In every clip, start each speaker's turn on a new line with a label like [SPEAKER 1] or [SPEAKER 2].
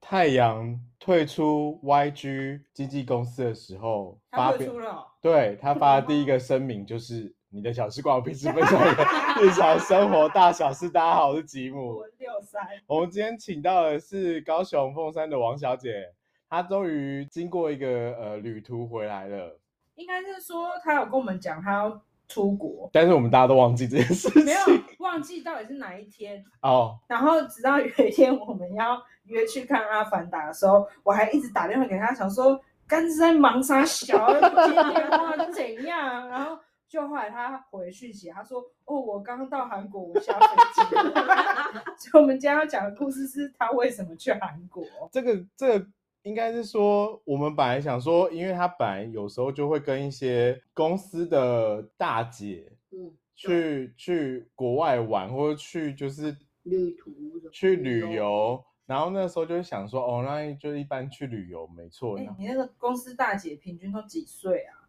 [SPEAKER 1] 太阳退出 YG 经纪公司的时候，
[SPEAKER 2] 他
[SPEAKER 1] 发
[SPEAKER 2] 退
[SPEAKER 1] 表
[SPEAKER 2] 出了哦，
[SPEAKER 1] 对他发的第一个声明就是：“你的小事关我屁事，分享你 的日常生活大小事。”大家好，我是吉姆
[SPEAKER 2] 我。六三，
[SPEAKER 1] 我们今天请到的是高雄凤山的王小姐，她终于经过一个呃旅途回来了，
[SPEAKER 2] 应该是说他有跟我们讲他要出 国，
[SPEAKER 1] 但是我们大家都忘记这件事
[SPEAKER 2] 没有
[SPEAKER 1] 情
[SPEAKER 2] 忘记到底是哪一天。
[SPEAKER 1] 哦。
[SPEAKER 2] 然后直到有一天我们要约去看《阿凡达》的时候，我还一直打电话给他，想说干是在忙啥小，又不接电话是怎样？啊然后就后来他回讯息，他说：“哦，我刚到韩国，我下飞机 了。” 所以我们今天要讲的故事是他为什么去韩国。
[SPEAKER 1] 这个这个应该是说，我们本来想说，因为他本来有时候就会跟一些公司的大姐，
[SPEAKER 3] 嗯，
[SPEAKER 1] 去去国外玩，或者去就是
[SPEAKER 3] 旅途的
[SPEAKER 1] 去
[SPEAKER 3] 旅
[SPEAKER 1] 旅
[SPEAKER 3] 游
[SPEAKER 1] 游。然后那时候就会想说，哦，那就一般去旅游，没错。
[SPEAKER 2] 哎、
[SPEAKER 1] 然后
[SPEAKER 2] 你那个公司大姐平均都几岁啊？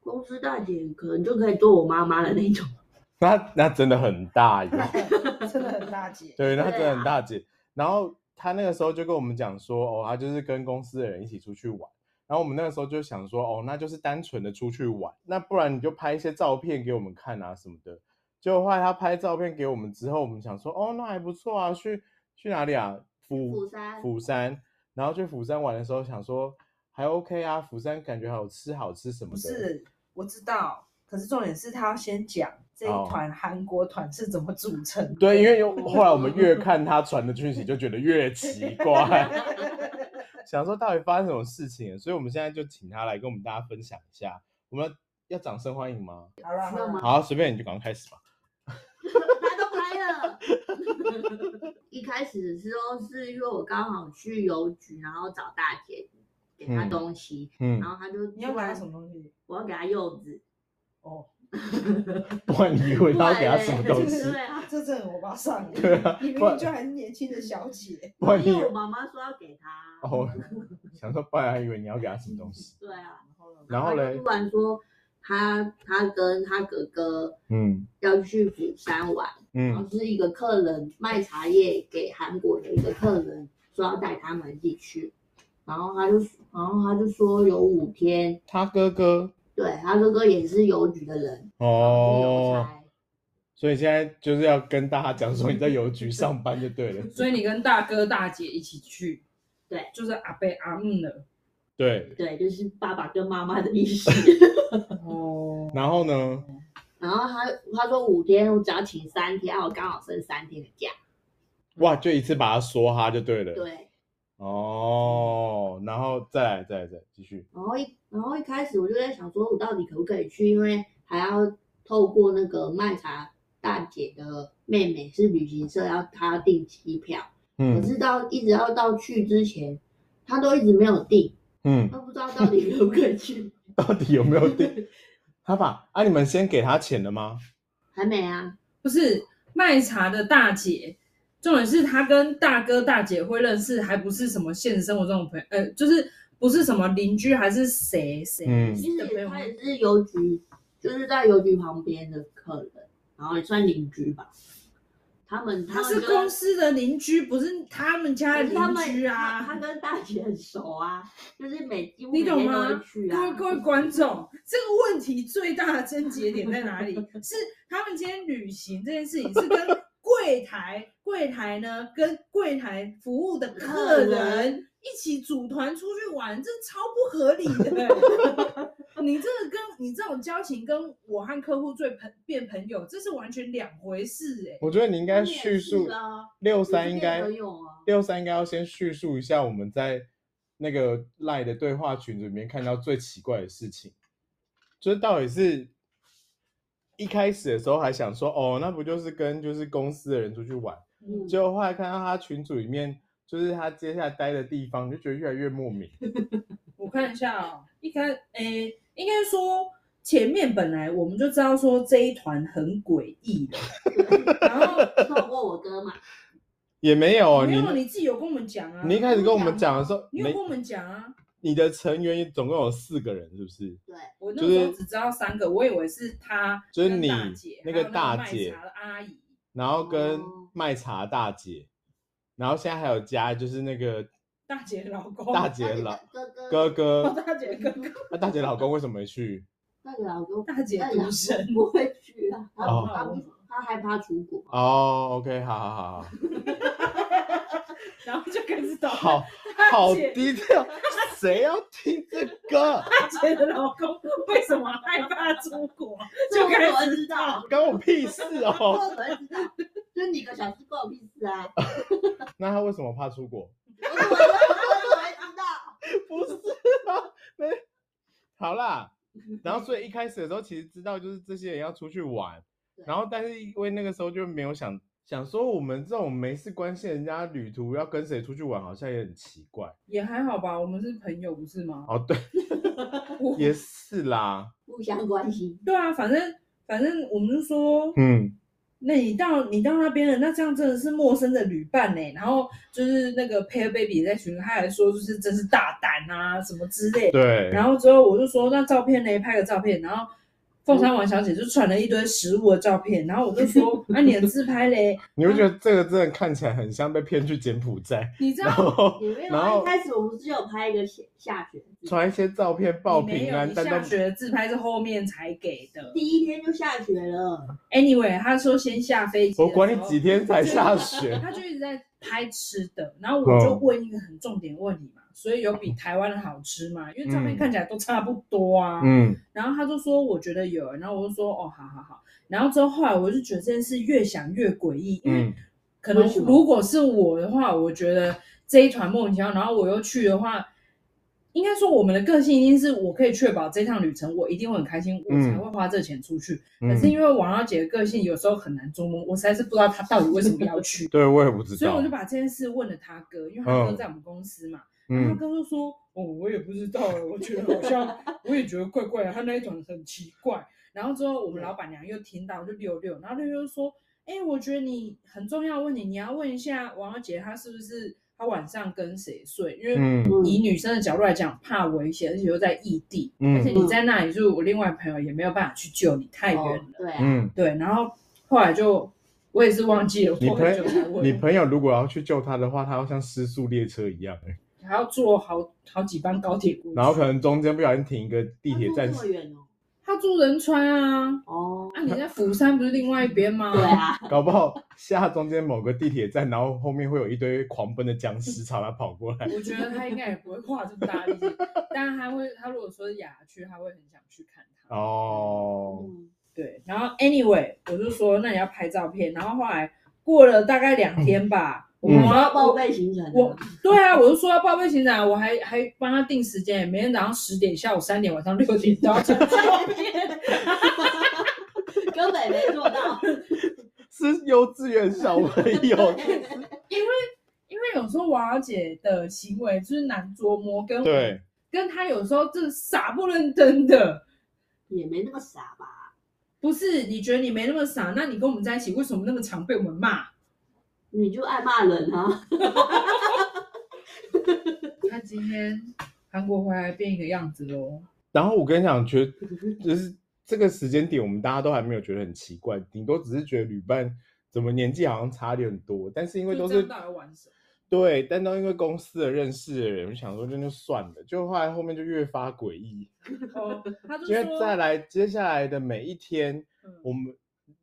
[SPEAKER 3] 公司大姐可能就可以做我妈妈的那种。
[SPEAKER 1] 那那真的很大一个
[SPEAKER 2] 真的很大姐。
[SPEAKER 1] 对，那
[SPEAKER 3] 对
[SPEAKER 1] 真的很
[SPEAKER 3] 啊
[SPEAKER 1] 大姐。然后她那个时候就跟我们讲说，哦，她就是跟公司的人一起出去玩。然后我们那个时候就想说，哦，那就是单纯的出去玩，那不然你就拍一些照片给我们看啊什么的。结果后来她拍照片给我们之后，我们想说，哦，那还不错啊，去去哪里啊？釜
[SPEAKER 3] 釜山
[SPEAKER 1] 釜山。然后去釜山玩的时候，想说还 OK 啊，釜山感觉好吃好吃什么
[SPEAKER 2] 不
[SPEAKER 1] 的。
[SPEAKER 2] 是，我知道，可是重点是他要先讲这
[SPEAKER 1] 哦
[SPEAKER 2] 一团韩国团是怎么组成的。
[SPEAKER 1] 对，因为有后来我们越看他传的讯息，就觉得越奇怪，想说到底发生什么事情了，所以我们现在就请他来跟我们大家分享一下。我们要掌声欢迎吗？
[SPEAKER 2] 好了，好
[SPEAKER 3] 需要
[SPEAKER 2] 啦
[SPEAKER 3] 吗
[SPEAKER 1] 好，随便你就赶快开始吧。
[SPEAKER 3] 他都拍了。 一开始的时候是因为我刚好去邮局，然后找大姐给她
[SPEAKER 1] 嗯
[SPEAKER 3] 东西，
[SPEAKER 1] 嗯
[SPEAKER 3] 然，后她就
[SPEAKER 2] 你要买什么？东西？
[SPEAKER 3] 我要给她柚子，
[SPEAKER 2] 哦，
[SPEAKER 1] 不然你以为
[SPEAKER 3] 不
[SPEAKER 1] 他要
[SPEAKER 3] 然
[SPEAKER 1] 给他
[SPEAKER 3] 嘞
[SPEAKER 1] 什么东西？
[SPEAKER 3] 对 啊，
[SPEAKER 2] 这真的我爸上
[SPEAKER 1] 对
[SPEAKER 2] 的。
[SPEAKER 1] 啊
[SPEAKER 2] 你，明
[SPEAKER 1] 不然
[SPEAKER 2] 明就还是年轻的小姐，
[SPEAKER 1] 不然你
[SPEAKER 3] 因
[SPEAKER 1] 以
[SPEAKER 3] 为我
[SPEAKER 1] 为
[SPEAKER 3] 妈妈说要给她。
[SPEAKER 1] 哦，想说不然还以为你要给他什么东西。
[SPEAKER 3] 对啊，
[SPEAKER 1] 然后
[SPEAKER 3] 她就
[SPEAKER 1] 嘞
[SPEAKER 3] 突，然说她她跟她哥哥
[SPEAKER 1] 嗯
[SPEAKER 3] 要去釜山玩。然
[SPEAKER 1] 嗯
[SPEAKER 3] 后是一个客人卖茶叶给韩国的一个客人，说要带他们一起去，然后他就然后他就说有五天，
[SPEAKER 1] 他哥哥
[SPEAKER 3] 对他哥哥也是邮局的人，是邮
[SPEAKER 1] 哦，
[SPEAKER 3] 差，
[SPEAKER 1] 所以现在就是要跟大家讲说你在邮局上班就对了。
[SPEAKER 2] 所以你跟大哥大姐一起 去，
[SPEAKER 3] 对，
[SPEAKER 2] 就是阿贝阿姆了。
[SPEAKER 1] 对，
[SPEAKER 3] 对，就是爸爸跟妈妈的意思。
[SPEAKER 2] 哦，
[SPEAKER 1] 然后呢？
[SPEAKER 3] 然后他他说五天，我只要请三天，啊，我刚好剩三天的假，
[SPEAKER 1] 哇，就一次把它梭哈就对了。
[SPEAKER 3] 嗯对。
[SPEAKER 1] 哦，然后再来，再来，再来继续。
[SPEAKER 3] 然后一然后一开始我就在想说，我到底可不可以去，因为还要透过那个卖茶大姐的妹妹是旅行社，要她要订机票。可
[SPEAKER 1] 嗯
[SPEAKER 3] 是到一直要到去之前，他都一直没有定，
[SPEAKER 1] 嗯，
[SPEAKER 3] 都不知道到底可不可以去，
[SPEAKER 1] 到底有没有定？ 他把啊，你们先给他钱了吗？
[SPEAKER 3] 还没啊。
[SPEAKER 4] 不是卖茶的大姐，重点是她跟大哥大姐会认识，还不是什么现实生活中的朋友，呃，就是不是什么邻居还是谁谁
[SPEAKER 1] 嗯
[SPEAKER 3] 其
[SPEAKER 4] 的
[SPEAKER 3] 实
[SPEAKER 4] 朋友
[SPEAKER 3] 他。也是邮局，就是在邮局旁边的客人，然后也算邻居吧。他们
[SPEAKER 4] 他
[SPEAKER 3] 们
[SPEAKER 4] 是
[SPEAKER 3] 就
[SPEAKER 4] 公司的邻居，不是他们家的
[SPEAKER 3] 可是他
[SPEAKER 4] 邻
[SPEAKER 3] 们
[SPEAKER 4] 居
[SPEAKER 3] 他
[SPEAKER 4] 啊
[SPEAKER 3] 他！跟大姐很熟啊，就是每几乎
[SPEAKER 4] 你
[SPEAKER 3] 每
[SPEAKER 4] 懂
[SPEAKER 3] 天都
[SPEAKER 4] 吗
[SPEAKER 3] 会？去
[SPEAKER 4] 各
[SPEAKER 3] 啊
[SPEAKER 4] 位。各位观众，这个问题最大的症结点在哪里？ 是他们今天旅行这件事情 是跟柜台，柜台呢跟柜台服务的客
[SPEAKER 3] 客
[SPEAKER 4] 人
[SPEAKER 3] 人
[SPEAKER 4] 一起组团出去玩，这超不合理的。 你这个跟你这种交情，跟我和客户最朋变朋友，这是完全两回事哎、
[SPEAKER 1] 我觉得你应该叙
[SPEAKER 3] 我
[SPEAKER 1] 述
[SPEAKER 3] 也是啊
[SPEAKER 1] 六三应该
[SPEAKER 3] 你是变朋友啊
[SPEAKER 1] 六三应该要先叙述一下我们在那个赖的对话群组里面看到最奇怪的事情，就是到底是一开始的时候还想说哦，那不就是跟就是公司的人出去玩，
[SPEAKER 3] 嗯
[SPEAKER 1] 结果后来看到他群组里面就是他接下来待的地方，你就觉得越来越莫名。
[SPEAKER 4] 我看一下哦，一开诶、应该说前面本来我们就知道说这一团很诡异的，然后
[SPEAKER 3] 透过我哥嘛，
[SPEAKER 1] 也没有 哦，
[SPEAKER 4] 没
[SPEAKER 1] 你
[SPEAKER 4] 有你自己有跟我们讲啊，
[SPEAKER 1] 你一开始跟我们
[SPEAKER 4] 讲，
[SPEAKER 1] 讲的时候，
[SPEAKER 4] 你有跟我们讲啊，
[SPEAKER 1] 你的成员总共有四个人，是不是？
[SPEAKER 4] 我那
[SPEAKER 1] 就
[SPEAKER 4] 时候
[SPEAKER 1] 是
[SPEAKER 4] 只知道三个，我以为是他
[SPEAKER 1] 就是
[SPEAKER 4] 跟
[SPEAKER 1] 你
[SPEAKER 4] 大姐，
[SPEAKER 1] 那
[SPEAKER 4] 还
[SPEAKER 1] 个
[SPEAKER 4] 有那
[SPEAKER 1] 大
[SPEAKER 4] 卖
[SPEAKER 1] 姐
[SPEAKER 4] 茶的阿姨，
[SPEAKER 1] 然后跟
[SPEAKER 3] 哦
[SPEAKER 1] 卖茶大姐，然后现在还有加就是那个
[SPEAKER 4] 大姐老公，
[SPEAKER 1] 大
[SPEAKER 3] 大
[SPEAKER 1] 姐
[SPEAKER 3] 姐
[SPEAKER 1] 老
[SPEAKER 3] 哥哥
[SPEAKER 1] 哥
[SPEAKER 4] 哦
[SPEAKER 1] 哥，
[SPEAKER 4] 大姐哥哥，
[SPEAKER 1] 那大姐老公为什么没去？
[SPEAKER 3] 大姐老公
[SPEAKER 4] 大姐
[SPEAKER 3] 大
[SPEAKER 4] 独生，
[SPEAKER 3] 不会去啊，他
[SPEAKER 1] 哦
[SPEAKER 3] 他不他害怕出国，
[SPEAKER 1] 哦，OK，好好好好。
[SPEAKER 4] 然后就开始找
[SPEAKER 1] 好
[SPEAKER 4] 大
[SPEAKER 1] 好
[SPEAKER 4] 姐
[SPEAKER 1] 低调，谁要听这个？
[SPEAKER 4] 大姐的老公为什么害怕出国， 就
[SPEAKER 3] 这
[SPEAKER 4] 开
[SPEAKER 3] 我怎么
[SPEAKER 4] 始
[SPEAKER 3] 会知道，
[SPEAKER 1] 关我屁事
[SPEAKER 3] 这
[SPEAKER 1] 哦！
[SPEAKER 3] 我怎么会知道？ 就你个小事关我屁事啊！
[SPEAKER 1] 那他为什么怕出 国？
[SPEAKER 3] 我怎么会我
[SPEAKER 1] 不是
[SPEAKER 3] 怎么会知道？
[SPEAKER 1] 啊，那好 啦。然后，所以一开始的时候，其实知道就是这些人要出去玩，
[SPEAKER 3] 对
[SPEAKER 1] 然后但是因为那个时候就没有想想说我们这种没事关心人家旅途要跟谁出去玩，好像也很奇怪
[SPEAKER 4] 也还好吧，我们是朋友不是吗？
[SPEAKER 1] 哦。 对，也是啦，
[SPEAKER 3] 互相关心，
[SPEAKER 4] 对啊，反正反正我们就说，
[SPEAKER 1] 嗯，
[SPEAKER 4] 那你到你到那边了，那这样真的是陌生的旅伴呢、然后就是那个 Pair Baby 在群，他还说就是真是大胆啊什么之类。
[SPEAKER 1] 对，
[SPEAKER 4] 然后之后我就说那照片呢，拍个照片。然后凤山王小姐就传了一堆食物的照片，然后我就说那、你的自拍嘞，
[SPEAKER 1] 你会觉得这个真的看起来很像被骗去柬埔寨，
[SPEAKER 4] 你知
[SPEAKER 1] 然
[SPEAKER 4] 道
[SPEAKER 1] 后
[SPEAKER 3] 也没有
[SPEAKER 1] 然
[SPEAKER 3] 啊。
[SPEAKER 1] 后
[SPEAKER 3] 一开始我们不是有拍一个下下雪，
[SPEAKER 1] 传一些照片报
[SPEAKER 4] 你没
[SPEAKER 1] 平
[SPEAKER 4] 有
[SPEAKER 1] 安
[SPEAKER 4] 你，
[SPEAKER 1] 但
[SPEAKER 4] 下
[SPEAKER 1] 都
[SPEAKER 4] 雪的自拍是后面才给的。
[SPEAKER 3] 第一天就下雪了，
[SPEAKER 4] Anyway，他说先下飞机，
[SPEAKER 1] 我管你几。天才下雪。
[SPEAKER 4] 他就一直在拍吃的，然后我就
[SPEAKER 1] 嗯
[SPEAKER 4] 问一个很重点问题嘛，所以有比台湾的好吃吗？因为照片看起来都差不多啊。
[SPEAKER 1] 嗯，
[SPEAKER 4] 然后他就说我觉得有，然后我就说哦，好好好。然后之后后来我就觉得这件事越想越诡异，因为
[SPEAKER 1] 嗯
[SPEAKER 4] 可能
[SPEAKER 3] 为什么
[SPEAKER 4] 如果是我的话，我觉得这一团莫名其妙，然后我又去的话。应该说，我们的个性一定是我可以确保这趟旅程我一定会很开心，我才
[SPEAKER 1] 嗯
[SPEAKER 4] 会花这钱出去。可是
[SPEAKER 1] 嗯，
[SPEAKER 4] 因为王小姐的个性有时候很难捉摸，我实在是不知道她到底为什么要去。
[SPEAKER 1] 对我也 不知
[SPEAKER 4] 所以
[SPEAKER 1] 道
[SPEAKER 4] 我就。把这件事问了他哥，因为他哥
[SPEAKER 1] 嗯
[SPEAKER 4] 在我们公司嘛，然后
[SPEAKER 1] 嗯
[SPEAKER 4] 他哥就说：“哦，我也不知道，我觉得好像，我也觉得怪怪的，他那一种很奇怪。”然后之后我们老板娘又听到，就六六，然后六六就说：“哎、我觉得你很重要的问题，你要问一下王小姐，她是不是她晚上跟谁睡？因为
[SPEAKER 1] 嗯
[SPEAKER 3] 嗯
[SPEAKER 4] 以女生的角度来讲，怕危险，而且又在异地，而且
[SPEAKER 1] 嗯
[SPEAKER 4] 你在那里，就是我另外朋友也没有办法去救你，太远了。
[SPEAKER 3] 哦对啊，
[SPEAKER 1] 嗯，
[SPEAKER 4] 对，然后后来就我也是忘记了，
[SPEAKER 1] 你
[SPEAKER 4] 过
[SPEAKER 1] 朋
[SPEAKER 4] 很久才问
[SPEAKER 1] 你朋友如果要去救他的话，他要像失速列车一样欸，
[SPEAKER 4] 还要坐好好几班高铁过去。
[SPEAKER 1] 然后可能中间不小心停一个地铁
[SPEAKER 3] 他
[SPEAKER 1] 站
[SPEAKER 4] 啊
[SPEAKER 3] 住这，么远哦，
[SPEAKER 4] 他住仁川啊，
[SPEAKER 3] 哦，
[SPEAKER 4] 啊你在釜山不是另外一边吗？
[SPEAKER 3] 对啊，
[SPEAKER 1] 搞不好下中间某个地铁站，然后后面会有一堆狂奔的僵尸朝他跑过来。
[SPEAKER 4] 我觉得他应该也不会画这么大力气，但他会，他如果说雅去，他会很想去看他。
[SPEAKER 1] 哦，
[SPEAKER 3] 嗯
[SPEAKER 4] 对，然后 anyway，我就说那你要拍照片，然后后来过了大概两天吧，我
[SPEAKER 1] 嗯
[SPEAKER 4] 我要
[SPEAKER 3] 报
[SPEAKER 4] 我
[SPEAKER 3] 备行程啊，
[SPEAKER 4] 我对啊，我就说要报备行程啊，我还还帮他定时间，每天早上十点、下午三点、晚上六点都要传照片。
[SPEAKER 3] 根本没做到，
[SPEAKER 1] 是幼稚园小朋 友，
[SPEAKER 4] 因为有时候王小姐的行为就是难捉摸，跟
[SPEAKER 1] 对，
[SPEAKER 4] 跟她有时候就是傻不愣登的。
[SPEAKER 3] 也没那么傻吧？
[SPEAKER 4] 不是，你觉得你没那么傻，那你跟我们在一起，为什么那么常被我们骂？
[SPEAKER 3] 你就爱骂人啊，
[SPEAKER 4] 她今天韩国回来变一个样子喽。
[SPEAKER 1] 然后我跟你讲，觉得就是这个时间点，我们大家都还没有觉得很奇怪，顶多只是觉得旅伴怎么年纪好像差点多，但是因为都
[SPEAKER 4] 就是知道要玩什么？
[SPEAKER 1] 对，但都因为公司的认识的人，我想说那就算了，就后来后面就越发诡异，
[SPEAKER 4] 哦，她就
[SPEAKER 1] 因为
[SPEAKER 4] 说
[SPEAKER 1] 再来接下来的每一天，
[SPEAKER 4] 嗯
[SPEAKER 1] 我们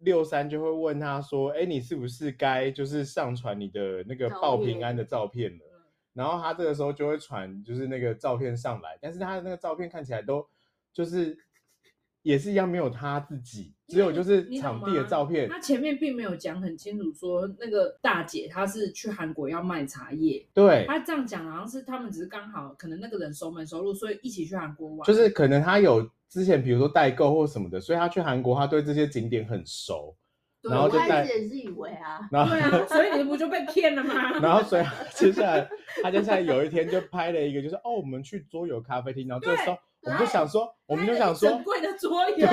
[SPEAKER 1] 六三就会问他说，哎，你是不是该就是上传你的那个
[SPEAKER 3] 照
[SPEAKER 1] 报平
[SPEAKER 3] 片
[SPEAKER 1] 安的照片了？
[SPEAKER 4] 嗯
[SPEAKER 1] 然后他这个时候就会传就是那个照片上来，但是他的那个照片看起来都就是也是一样没有他自己，只有就是
[SPEAKER 4] 你懂
[SPEAKER 1] 场地的
[SPEAKER 4] 吗
[SPEAKER 1] 照片
[SPEAKER 4] 她，前面并没有讲很清楚，说那个大姐她是去韩国要卖茶叶，
[SPEAKER 1] 对，
[SPEAKER 4] 她这样讲好像是他们只是刚好可能那个人熟门熟路，所以一起去韩国玩。
[SPEAKER 1] 就是可能他有之前比如说代购或什么的，所以他去韩国他对这些景点很熟。
[SPEAKER 4] 对
[SPEAKER 1] 然后
[SPEAKER 3] 我
[SPEAKER 1] 就
[SPEAKER 3] 一
[SPEAKER 1] 带
[SPEAKER 3] 开始也是以为啊，
[SPEAKER 1] 然后
[SPEAKER 4] 对啊，所以你不就被骗了吗？
[SPEAKER 1] 然后所以他接下来他接下来有一天就拍了一个，就是哦，我们去桌游咖啡厅，然后这个时候我们就想说，我们就想
[SPEAKER 4] 珍
[SPEAKER 1] 说，
[SPEAKER 4] 贵的桌游，
[SPEAKER 1] 对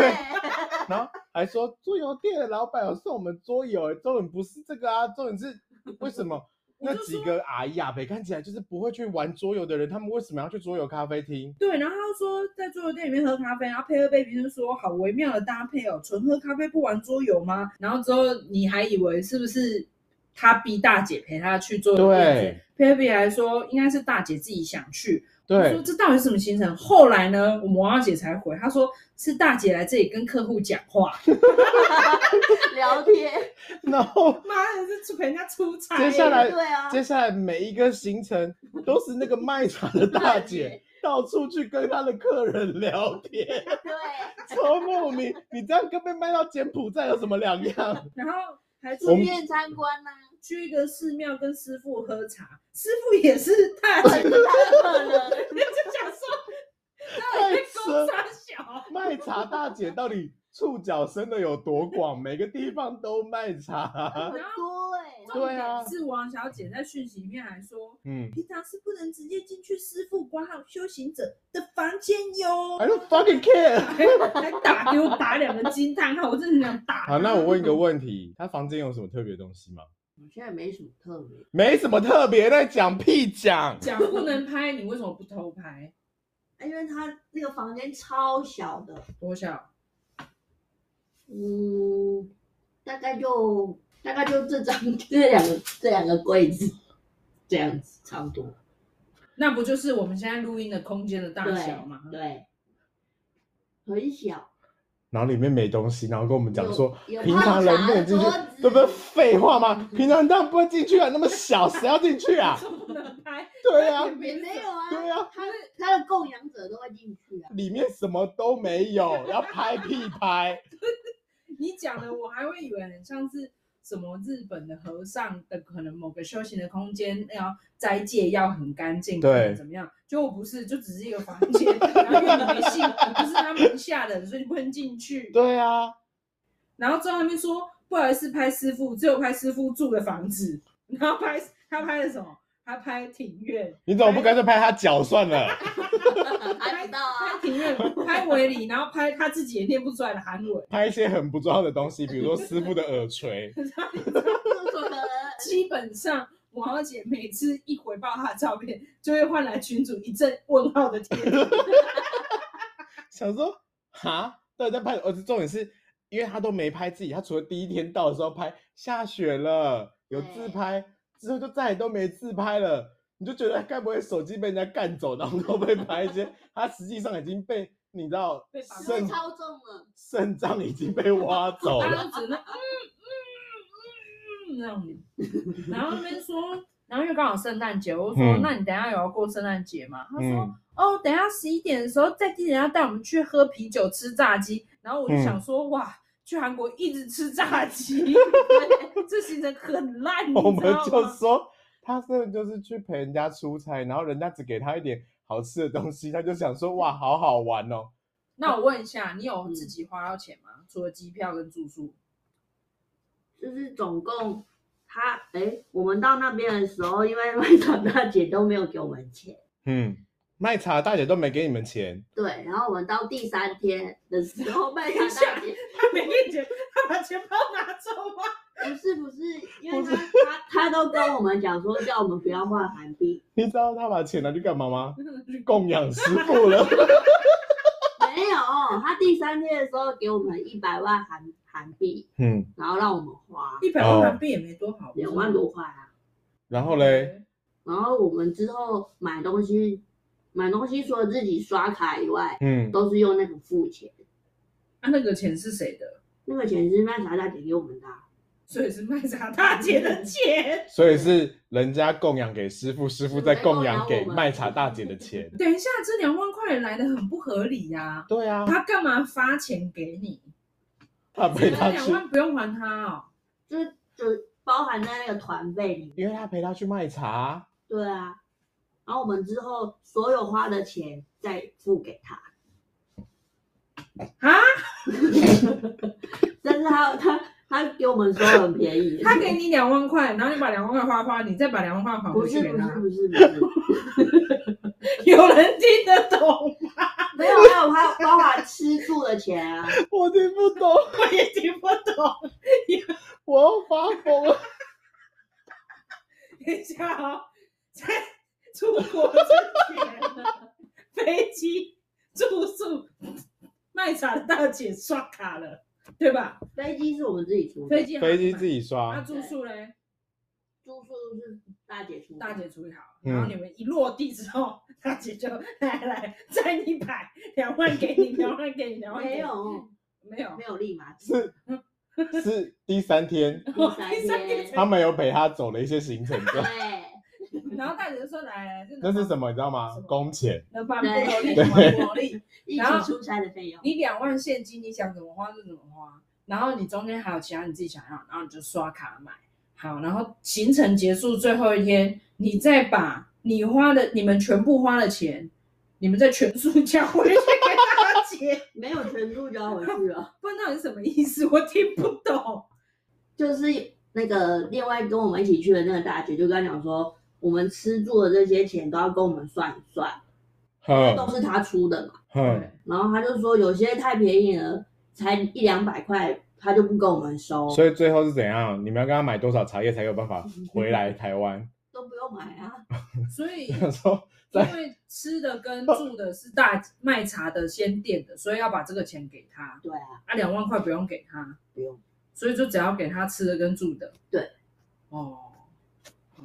[SPEAKER 1] 然后还欸 说桌游店的老板有送我们桌游，重点不是这个啊，重点是为什么？
[SPEAKER 4] 我
[SPEAKER 1] 那
[SPEAKER 4] 就
[SPEAKER 1] 几
[SPEAKER 4] 说
[SPEAKER 1] 个阿姨阿伯看起来就是不会去玩桌游的人，他们为什么要去桌游咖啡厅？
[SPEAKER 4] 对，然后他说在桌游店里面喝咖啡，然后配喝杯啤酒，说好微妙的搭配哦，纯喝咖啡不玩桌游吗？然后之后你还以为是不是他逼大姐陪他去桌游店
[SPEAKER 1] 对
[SPEAKER 4] 去？佩佩来说应该是大姐自己想去，我说
[SPEAKER 1] 对，
[SPEAKER 4] 这到底是什么行程？后来呢，我们王小姐才回，她说是大姐来这里跟客户讲话，
[SPEAKER 3] 聊天，
[SPEAKER 1] 然后
[SPEAKER 4] 妈的是陪人家出差欸耶，
[SPEAKER 1] 接下来
[SPEAKER 3] 对啊，
[SPEAKER 1] 接下来每一个行程都是那个卖茶的
[SPEAKER 3] 大
[SPEAKER 1] 大
[SPEAKER 3] 姐
[SPEAKER 1] 姐到处去跟她的客人聊天，
[SPEAKER 3] 对，
[SPEAKER 1] 超莫名。你这样跟被卖到柬埔寨有什么两 样？
[SPEAKER 4] 然后还
[SPEAKER 1] 我
[SPEAKER 4] 说
[SPEAKER 1] 们
[SPEAKER 3] 顺便参观呐、
[SPEAKER 4] 去一个寺庙跟师傅喝茶，师傅也是大 姐，
[SPEAKER 3] 客人
[SPEAKER 4] 你就想说。
[SPEAKER 1] 太
[SPEAKER 4] 公
[SPEAKER 1] 扯！
[SPEAKER 4] 差小，
[SPEAKER 1] 卖茶大姐到底触角伸的有多广？每个地方都卖 茶。
[SPEAKER 3] 很多哎、欸，
[SPEAKER 1] 对啊
[SPEAKER 4] 是王小姐在讯息里面还说，
[SPEAKER 1] 嗯
[SPEAKER 4] 平常是不能直接进去师傅挂号修行者的房间哟。
[SPEAKER 1] ，I don't fucking care。
[SPEAKER 4] 还还打给我打两个惊叹号，我真的很想打。
[SPEAKER 1] 好，那我问一个问题，他房间有什么特别东西吗？
[SPEAKER 3] 好像也没什么特别。
[SPEAKER 1] 没什么特别，在讲屁讲。
[SPEAKER 4] 讲不能拍，你为什么不偷拍？
[SPEAKER 3] 啊因为他那个房间超小的，
[SPEAKER 4] 多少？
[SPEAKER 3] 嗯，大概就大概就这张这两个这两个柜子这样子差不多，
[SPEAKER 4] 那不就是我们现在录音的空间的大小吗
[SPEAKER 3] 对？对，很小。
[SPEAKER 1] 然后里面没东西，然后跟我们讲说，
[SPEAKER 3] 有有
[SPEAKER 1] 平常人不能进去
[SPEAKER 3] 泡茶的桌，子
[SPEAKER 1] 对不对？废话吗？平常人当然不会进去啊，那么小，谁要进去啊？
[SPEAKER 4] 不能拍，
[SPEAKER 1] 对啊，
[SPEAKER 3] 也没有啊，
[SPEAKER 1] 对啊，
[SPEAKER 3] 他的他的供养者都会进去啊，
[SPEAKER 1] 里面什么都没有，要拍屁拍。
[SPEAKER 4] 你讲的我还会以为很像是什么日本的和尚的可能某个修行的空间要斋戒要很干净，
[SPEAKER 1] 对
[SPEAKER 4] 可能怎么样？结果不是，就只是一个房间，然后因为你没信，你不是他门下的人，所以你不能进去。
[SPEAKER 1] 对啊，
[SPEAKER 4] 然后最后他们说不好意思，拍师傅，只有拍师傅住的房子，然后拍他拍的什么？他拍庭院，
[SPEAKER 1] 你怎么不干脆拍他脚算了？
[SPEAKER 3] 还不到啊
[SPEAKER 4] 拍，庭院，拍围篱，然后拍他自己也念不出来的韩文，
[SPEAKER 1] 拍一些很不重要的东西，比如说师傅的耳垂。
[SPEAKER 3] 不可能。
[SPEAKER 4] 基本上，王小姐每次一回报她的照片，就会换来群主一阵问号的贴图。
[SPEAKER 1] 想说哈，到底在拍什么？而且重点是，因为他都没拍自己，他除了第一天到的时候拍下雪了，有自
[SPEAKER 3] 对
[SPEAKER 1] 拍，之后就再也都没自拍了。你就觉得哎该不会手机被人家干走，然后都被拍一些，他实际上已经被你知道
[SPEAKER 4] 被绑
[SPEAKER 3] 是
[SPEAKER 1] 肾
[SPEAKER 3] 超重了，
[SPEAKER 1] 肾脏已经被挖走
[SPEAKER 4] 大
[SPEAKER 1] 了。
[SPEAKER 4] 家都只能嗯嗯嗯那种脸，然后那边说，然后又刚好圣诞节，我就说、
[SPEAKER 1] 嗯
[SPEAKER 4] 那你等一下有要过圣诞节吗？他说、
[SPEAKER 1] 嗯，
[SPEAKER 4] 哦，等一下十一点的时候在地铁要带我们去喝啤酒吃炸鸡，然后我就
[SPEAKER 1] 嗯
[SPEAKER 4] 想说、哇。去韩国一直吃炸鸡，这行程很烂，你知道
[SPEAKER 1] 我们
[SPEAKER 4] 吗？
[SPEAKER 1] 就说他真的就是去陪人家出差，然后人家只给他一点好吃的东西，他就想说哇，好好玩哦。
[SPEAKER 4] 那我问一下，你有自己花到钱吗？除了机票跟住宿，
[SPEAKER 3] 就是总共他哎，我们到那边的时候，因为卖场大姐都没有给我们钱，
[SPEAKER 1] 嗯，卖茶大姐都没给你们钱，
[SPEAKER 3] 对，然后我们到第三天的时候，卖场大姐
[SPEAKER 4] 他 没给钱，他把钱包拿走吗？
[SPEAKER 3] 不是不是，因为他他他都跟我们讲说叫我们不要换韩币，
[SPEAKER 1] 你知道他把钱拿去干嘛吗？去供养师傅了。
[SPEAKER 3] 没有，他第三天的时候给我们一百万韩韩币，
[SPEAKER 1] 嗯，
[SPEAKER 3] 然后让我们花
[SPEAKER 4] 一百万韩币也没多好，
[SPEAKER 3] 两万多块啊，
[SPEAKER 1] 然后嘞，，
[SPEAKER 3] 然后我们之后买东西买东西除了自己刷卡以外，
[SPEAKER 1] 嗯，
[SPEAKER 3] 都是用那个付钱，
[SPEAKER 4] 啊，那个钱是谁的？
[SPEAKER 3] 那个钱是卖茶大姐给我们的啊、
[SPEAKER 4] 所以是卖茶大姐的钱。。
[SPEAKER 1] 所以是人家供养给师傅，师傅再供养
[SPEAKER 3] 供养
[SPEAKER 1] 给
[SPEAKER 3] 我们
[SPEAKER 1] 卖茶大姐的钱
[SPEAKER 4] 等一下，这两万块来的很不合理呀、
[SPEAKER 1] 对啊，
[SPEAKER 4] 他干嘛发钱给你？
[SPEAKER 1] 他
[SPEAKER 4] 这
[SPEAKER 1] 陪他
[SPEAKER 4] 两
[SPEAKER 1] 去，
[SPEAKER 4] 万不用还他哦。
[SPEAKER 3] 就就包含在那个团费里面。
[SPEAKER 1] 因为他陪他去卖茶。
[SPEAKER 3] 对啊，然后我们之后所有花的钱再付给他。
[SPEAKER 4] 啊？
[SPEAKER 3] 但是他他他给我们说很便宜，
[SPEAKER 4] 他给你两万块，然后你把两万块花花，你再把两万块还
[SPEAKER 3] 不
[SPEAKER 4] 回
[SPEAKER 3] 是
[SPEAKER 4] 去给
[SPEAKER 3] 不是
[SPEAKER 4] 他。
[SPEAKER 3] 不是不是，
[SPEAKER 4] 有人听得懂吗？
[SPEAKER 3] 没有没有，他包含吃住的钱啊，
[SPEAKER 1] 我听不懂，
[SPEAKER 4] 我也听不懂。
[SPEAKER 1] 我要发疯了。
[SPEAKER 4] 等一下哦，在出国之前，飞机住宿卖场的大姐刷卡了，对吧？
[SPEAKER 3] 飞机是我们自己出的，
[SPEAKER 4] 飞机
[SPEAKER 1] 飞机自
[SPEAKER 4] 己，
[SPEAKER 1] 己
[SPEAKER 4] 那
[SPEAKER 1] 刷，
[SPEAKER 4] 住宿嘞，
[SPEAKER 3] 住宿是大姐出的，
[SPEAKER 4] 大姐处理好，
[SPEAKER 1] 嗯
[SPEAKER 4] 然后你们一落地之后，大姐就来来站一排，两万给你，两万给你，两万给你
[SPEAKER 3] 没有
[SPEAKER 4] 没 有
[SPEAKER 3] 没有立马第
[SPEAKER 1] 是是第三天，
[SPEAKER 3] 三天，
[SPEAKER 1] 他们有陪他走了一些行程的，
[SPEAKER 3] 对，
[SPEAKER 4] 然后大姐就说来来，这
[SPEAKER 1] 那是什么你知道吗
[SPEAKER 4] 什？么
[SPEAKER 1] 工钱，
[SPEAKER 4] 能帮不努力，
[SPEAKER 1] 对
[SPEAKER 4] 能努力。
[SPEAKER 3] 一起出差的费用，
[SPEAKER 4] 你两万现金，你想怎么花就怎么花，然后你中间还有其他你自己想要，然后你就刷卡买好，然后行程结束最后一天，你再把你花的、你们全部花的钱，你们再全数交回去给大姐。
[SPEAKER 3] 没有全部交回去啊了，
[SPEAKER 4] 不知道你什么意思，我听不懂。
[SPEAKER 3] 就是那个另外跟我们一起去的那个大姐就跟他讲说，我们吃住的这些钱都要跟我们算一算，都
[SPEAKER 1] 哼
[SPEAKER 3] 是他出的嘛。
[SPEAKER 1] 哼，
[SPEAKER 3] 然后他就说有些太便宜了，才一两百块，他就不跟我们收，
[SPEAKER 1] 所以最后是怎样？你们要跟他买多少茶叶才有办法回来台湾？
[SPEAKER 3] 都不用买啊。
[SPEAKER 4] 所以
[SPEAKER 1] 他说在
[SPEAKER 4] 因为吃的跟住的是大卖茶的先垫的，所以要把这个钱给他
[SPEAKER 3] 对啊，
[SPEAKER 4] 啊，两万块不用给他，
[SPEAKER 3] 不用。
[SPEAKER 4] 所以就只要给他吃的跟住的。
[SPEAKER 3] 对，
[SPEAKER 4] 哦，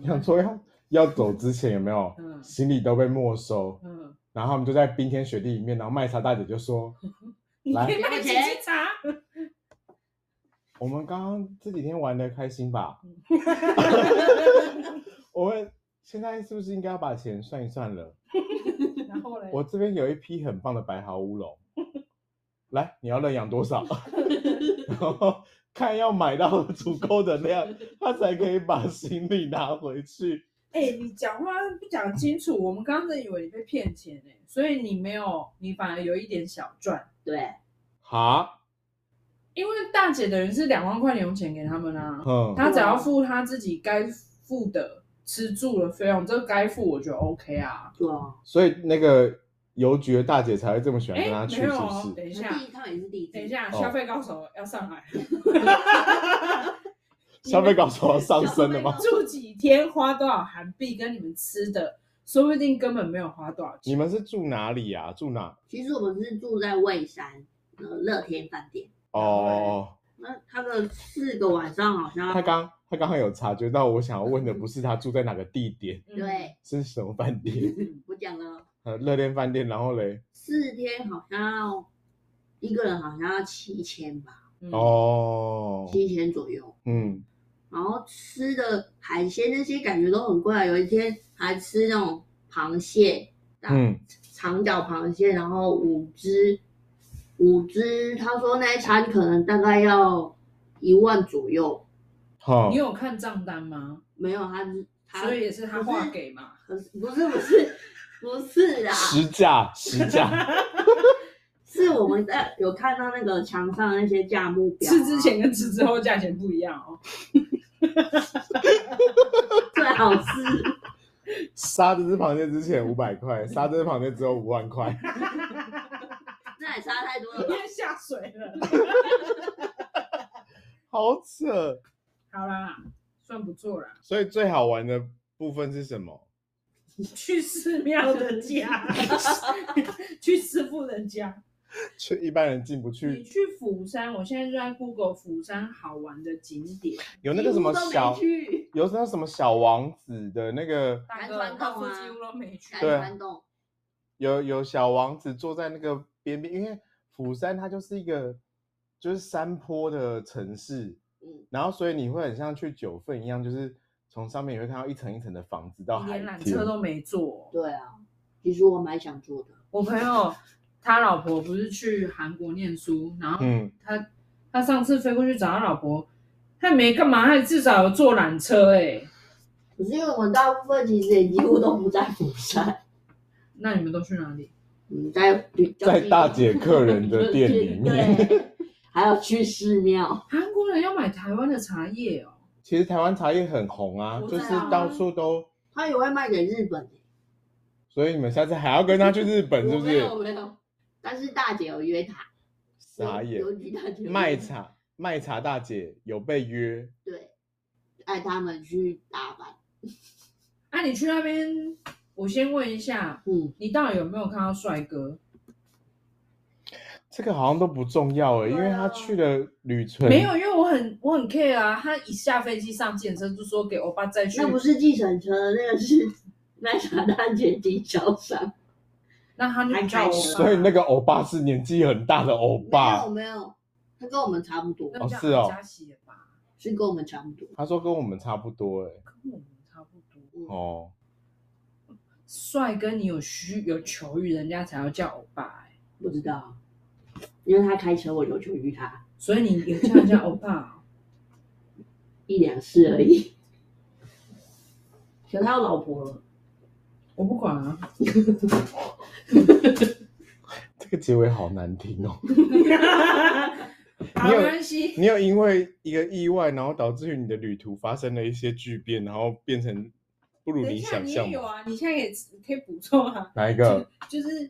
[SPEAKER 1] 想说要要走之前有没有
[SPEAKER 4] 嗯
[SPEAKER 1] 行李都被没收，
[SPEAKER 4] 嗯，
[SPEAKER 1] 然后他们就在冰天雪地里面，然后卖茶大姐就说
[SPEAKER 4] 你
[SPEAKER 1] 来
[SPEAKER 4] 可以卖几斤茶？
[SPEAKER 1] 我们刚刚这几天玩的开心吧？ 我们现在是不是应该要把钱算一算了？
[SPEAKER 4] 然后嘞，
[SPEAKER 1] 我这边有一批很棒的白毫乌龙，来，你要认养多少？ 然后看要买到足够的量，他才可以把行李拿回去。
[SPEAKER 4] 哎、你讲话不讲清楚，我们刚刚真的以为你被骗钱哎、所以你没有，你反而有一点小赚，
[SPEAKER 3] 对，
[SPEAKER 1] 哈，
[SPEAKER 4] 因为大姐的人是两万块零用钱给他们啊，
[SPEAKER 1] 嗯，
[SPEAKER 4] 她只要付她自己该付的吃住的费用，这个该付我觉得 OK 啊。
[SPEAKER 3] 对啊。
[SPEAKER 1] 所以那个邮局的大姐才会这么喜欢
[SPEAKER 4] 哎、
[SPEAKER 1] 跟他去，
[SPEAKER 4] 没
[SPEAKER 1] 是
[SPEAKER 4] 有哦，
[SPEAKER 1] 不是？
[SPEAKER 4] 等一
[SPEAKER 3] 那
[SPEAKER 4] 下，
[SPEAKER 3] 第一趟也是第一次，
[SPEAKER 4] 等一下，
[SPEAKER 1] 哦
[SPEAKER 4] 消费高手要上来，
[SPEAKER 1] 消费高 手要上升了吗？
[SPEAKER 4] 住几天花多少韩币，跟你们吃的，说不定根本没有花多少钱。
[SPEAKER 1] 你们是住哪里啊？住哪？
[SPEAKER 3] 其实我们是住在蔚山呃乐天饭店，
[SPEAKER 1] 哦，
[SPEAKER 3] 那他的四个晚上好像
[SPEAKER 1] 他刚他刚刚有察觉到，我想要问的不是他住在哪个地点，
[SPEAKER 4] 嗯，
[SPEAKER 3] 对
[SPEAKER 1] 是什么饭 店？
[SPEAKER 3] 我讲了
[SPEAKER 1] 呃，热恋饭店，然后嘞，
[SPEAKER 3] 四天好像要一个人好像要七千吧，
[SPEAKER 4] 嗯，
[SPEAKER 1] 哦，
[SPEAKER 3] 七千左右。
[SPEAKER 1] 嗯，
[SPEAKER 3] 然后吃的海鲜那些感觉都很贵啊，有一天还吃那种螃蟹，大
[SPEAKER 1] 嗯，
[SPEAKER 3] 长脚螃蟹，然后五只，五只，他说那一餐可能大概要一万左右，
[SPEAKER 1] 好
[SPEAKER 4] 你，有看账单吗？
[SPEAKER 3] 没有他是他，
[SPEAKER 4] 所以也是他
[SPEAKER 3] 不
[SPEAKER 4] 画给嘛。
[SPEAKER 3] 可是不是不是不是
[SPEAKER 4] 啊
[SPEAKER 3] 啦，
[SPEAKER 1] 实 价实价，
[SPEAKER 3] 是我们在有看到那个墙上那些价目表、啊，
[SPEAKER 4] 吃之前跟吃之后价钱不一样哦。
[SPEAKER 3] 啊最好吃，
[SPEAKER 1] 杀这只螃蟹之前五百块，杀这只螃蟹只有五万块，
[SPEAKER 3] 那也差太多了
[SPEAKER 4] 因
[SPEAKER 3] 吧？
[SPEAKER 4] 为下水了。
[SPEAKER 1] 好扯。
[SPEAKER 4] 好啦，算不错啦。
[SPEAKER 1] 所以最好玩的部分是什么？
[SPEAKER 4] 去寺庙的 家，去师傅的家。
[SPEAKER 1] 去一般人进不
[SPEAKER 4] 你
[SPEAKER 1] 去，
[SPEAKER 4] 去釜山，我现在就在 Google 釜山好玩的景点。
[SPEAKER 1] 有那个什么
[SPEAKER 3] 几乎都没
[SPEAKER 1] 小，
[SPEAKER 3] 去
[SPEAKER 1] 有那什么小王子的那个，
[SPEAKER 4] 大
[SPEAKER 3] 南
[SPEAKER 4] 哥，
[SPEAKER 3] 川
[SPEAKER 4] 到
[SPEAKER 3] 洞
[SPEAKER 4] 附
[SPEAKER 3] 啊
[SPEAKER 4] 近我都没去。
[SPEAKER 3] 南
[SPEAKER 1] 对啊
[SPEAKER 3] 山洞，
[SPEAKER 1] 有有小王子坐在那个边边，因为釜山它就是一个就是山坡的城市，
[SPEAKER 3] 嗯，
[SPEAKER 1] 然后所以你会很像去九份一样，就是从上面你会看到一层一层的房子到海
[SPEAKER 4] 连缆
[SPEAKER 1] 天
[SPEAKER 4] 车都没坐。
[SPEAKER 3] 对啊，其实我蛮想做的，
[SPEAKER 4] 我朋友他老婆不是去韩国念书，然后
[SPEAKER 1] 嗯，
[SPEAKER 4] 他他上次飞过去找他老婆，他也没干嘛，他至少有坐缆车哎、
[SPEAKER 3] 可是因为我们大部分其实也几乎都不在釜山，
[SPEAKER 4] 那你们都去哪里？
[SPEAKER 3] 嗯，在比较
[SPEAKER 1] 在大姐客人 的店里面
[SPEAKER 3] 对，还有去寺庙，
[SPEAKER 4] 韩国人要买台湾的茶叶哦，
[SPEAKER 1] 其实台湾茶叶很红啊，
[SPEAKER 4] 我
[SPEAKER 1] 就
[SPEAKER 4] 知
[SPEAKER 1] 是
[SPEAKER 4] 道
[SPEAKER 1] 到
[SPEAKER 4] 啊
[SPEAKER 1] 处都，
[SPEAKER 3] 他也会卖给日本、欸，
[SPEAKER 1] 所以你们下次还要跟他去日本是
[SPEAKER 3] 我
[SPEAKER 1] 不
[SPEAKER 3] 没
[SPEAKER 1] 是
[SPEAKER 3] 有？没有，但是大姐有约他，
[SPEAKER 1] 傻眼
[SPEAKER 3] 有，有几大姐有
[SPEAKER 1] 卖
[SPEAKER 3] 约他
[SPEAKER 1] 茶卖茶大姐有被约，
[SPEAKER 3] 对，带他们去打扮，
[SPEAKER 4] 啊，你去那边，我先问一下，
[SPEAKER 3] 嗯，
[SPEAKER 4] 你到底有没有看到帅哥？
[SPEAKER 1] 这个好像都不重要哎，因为
[SPEAKER 3] 对
[SPEAKER 1] 他
[SPEAKER 3] 啊
[SPEAKER 1] 去了旅程，
[SPEAKER 4] 没有，因为我很我很 care 啊。他一下飞机上健身就说给欧巴再去，
[SPEAKER 3] 那不是计程车，那个是麦茶大姐经销商。
[SPEAKER 4] 那他就啊叫欧巴。
[SPEAKER 1] 所以那个欧巴是年纪很大的欧
[SPEAKER 3] 没
[SPEAKER 1] 巴
[SPEAKER 3] 有，没有，他跟我们差不多，
[SPEAKER 4] 那叫
[SPEAKER 1] 哦是哦
[SPEAKER 4] 阿加西了吧，
[SPEAKER 3] 是跟我们差不多。嗯
[SPEAKER 1] 他说跟我们差不多哎，
[SPEAKER 4] 跟我们差不多。
[SPEAKER 1] 哦，
[SPEAKER 4] 帅哥，你有需有求于人家才要叫欧巴、欸，
[SPEAKER 3] 不知道，因为他开车我有求于他
[SPEAKER 4] 所以你有叫人家欧巴、哦，
[SPEAKER 3] 一两次而已。 可他有老婆了，
[SPEAKER 4] 我不管啊。
[SPEAKER 1] 这个结尾好难听哦。
[SPEAKER 4] 好，
[SPEAKER 1] 你有
[SPEAKER 4] 没关系。
[SPEAKER 1] 你有因为一个意外，然后导致于你的旅途发生了一些巨变，然后变成不如
[SPEAKER 4] 等一
[SPEAKER 1] 你
[SPEAKER 4] 下，
[SPEAKER 1] 想
[SPEAKER 4] 你
[SPEAKER 1] 象
[SPEAKER 4] 也有
[SPEAKER 1] 吗？
[SPEAKER 4] 啊，你现在也可以补充啊。
[SPEAKER 1] 哪一个？
[SPEAKER 4] 就是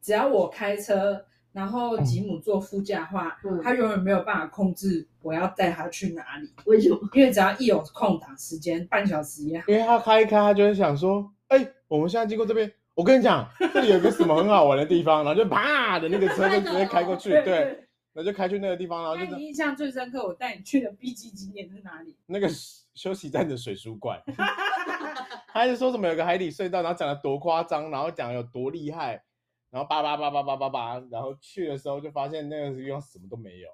[SPEAKER 4] 只要我开车，然后吉姆坐副驾的话，
[SPEAKER 3] 嗯
[SPEAKER 4] 他永远没有办法控制我要带他去哪里，
[SPEAKER 3] 为什么？
[SPEAKER 4] 因为只要一有空档时间，半小时也好，
[SPEAKER 1] 因为他开一开，他就会想说，哎、我们现在经过这边，我跟你讲，这里有个什么很好玩的地方，然后就啪的那个车就直接开过 去，对，然。后就开去那个地方，然后
[SPEAKER 4] 那
[SPEAKER 1] 就这样
[SPEAKER 4] 你印象最深刻，我带你去的 B G 景点是哪里？
[SPEAKER 1] 那个休息站的水族馆， 他就说什么有个海底隧道，然后讲的多夸张，然后讲有多厉害，然后叭叭叭叭叭叭叭，然后去的时候就发现那个地方什么都没有。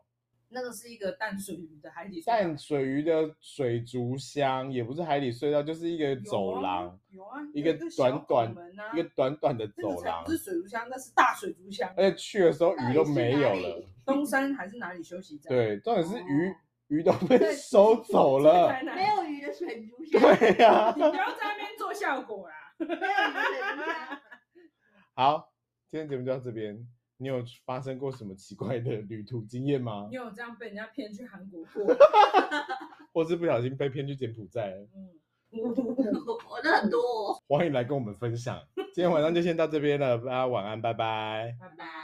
[SPEAKER 4] 那个是一个淡水鱼的海底隧道
[SPEAKER 1] 淡水鱼的水族箱也不是海底隧道，就是一个
[SPEAKER 4] 有啊
[SPEAKER 1] 走廊，
[SPEAKER 4] 有啊，
[SPEAKER 1] 一
[SPEAKER 4] 有
[SPEAKER 1] 个
[SPEAKER 4] 小
[SPEAKER 1] 短短
[SPEAKER 4] 拱门啊
[SPEAKER 1] 一个短短的
[SPEAKER 4] 那
[SPEAKER 1] 走
[SPEAKER 4] 个才
[SPEAKER 1] 廊
[SPEAKER 4] 不，是水族箱，那是大水族箱。
[SPEAKER 1] 而且去的时候
[SPEAKER 3] 到
[SPEAKER 1] 鱼
[SPEAKER 3] 底
[SPEAKER 1] 都
[SPEAKER 3] 是
[SPEAKER 1] 没
[SPEAKER 3] 哪
[SPEAKER 1] 有
[SPEAKER 3] 里
[SPEAKER 1] 了。
[SPEAKER 4] 东山还是哪里休息站？，
[SPEAKER 1] 对，重点是鱼、
[SPEAKER 3] 哦
[SPEAKER 1] 鱼都被收走了。
[SPEAKER 4] 台南
[SPEAKER 3] 没。有鱼的水族 箱，
[SPEAKER 1] 对 呀、
[SPEAKER 4] 你不要在那边做效果啦。
[SPEAKER 3] 没有鱼的水族箱。
[SPEAKER 1] 好，今天节目就到这边。你有发生过什么奇怪的旅途经验吗
[SPEAKER 4] 你？有这样被人家骗去韩国过？
[SPEAKER 1] 或是不小心被骗去柬埔寨了？
[SPEAKER 4] 嗯，
[SPEAKER 3] 我的很多哦，
[SPEAKER 1] 欢迎来跟我们分享。今天晚上就先到这边了，大家晚安，拜拜。
[SPEAKER 4] 拜
[SPEAKER 3] 拜。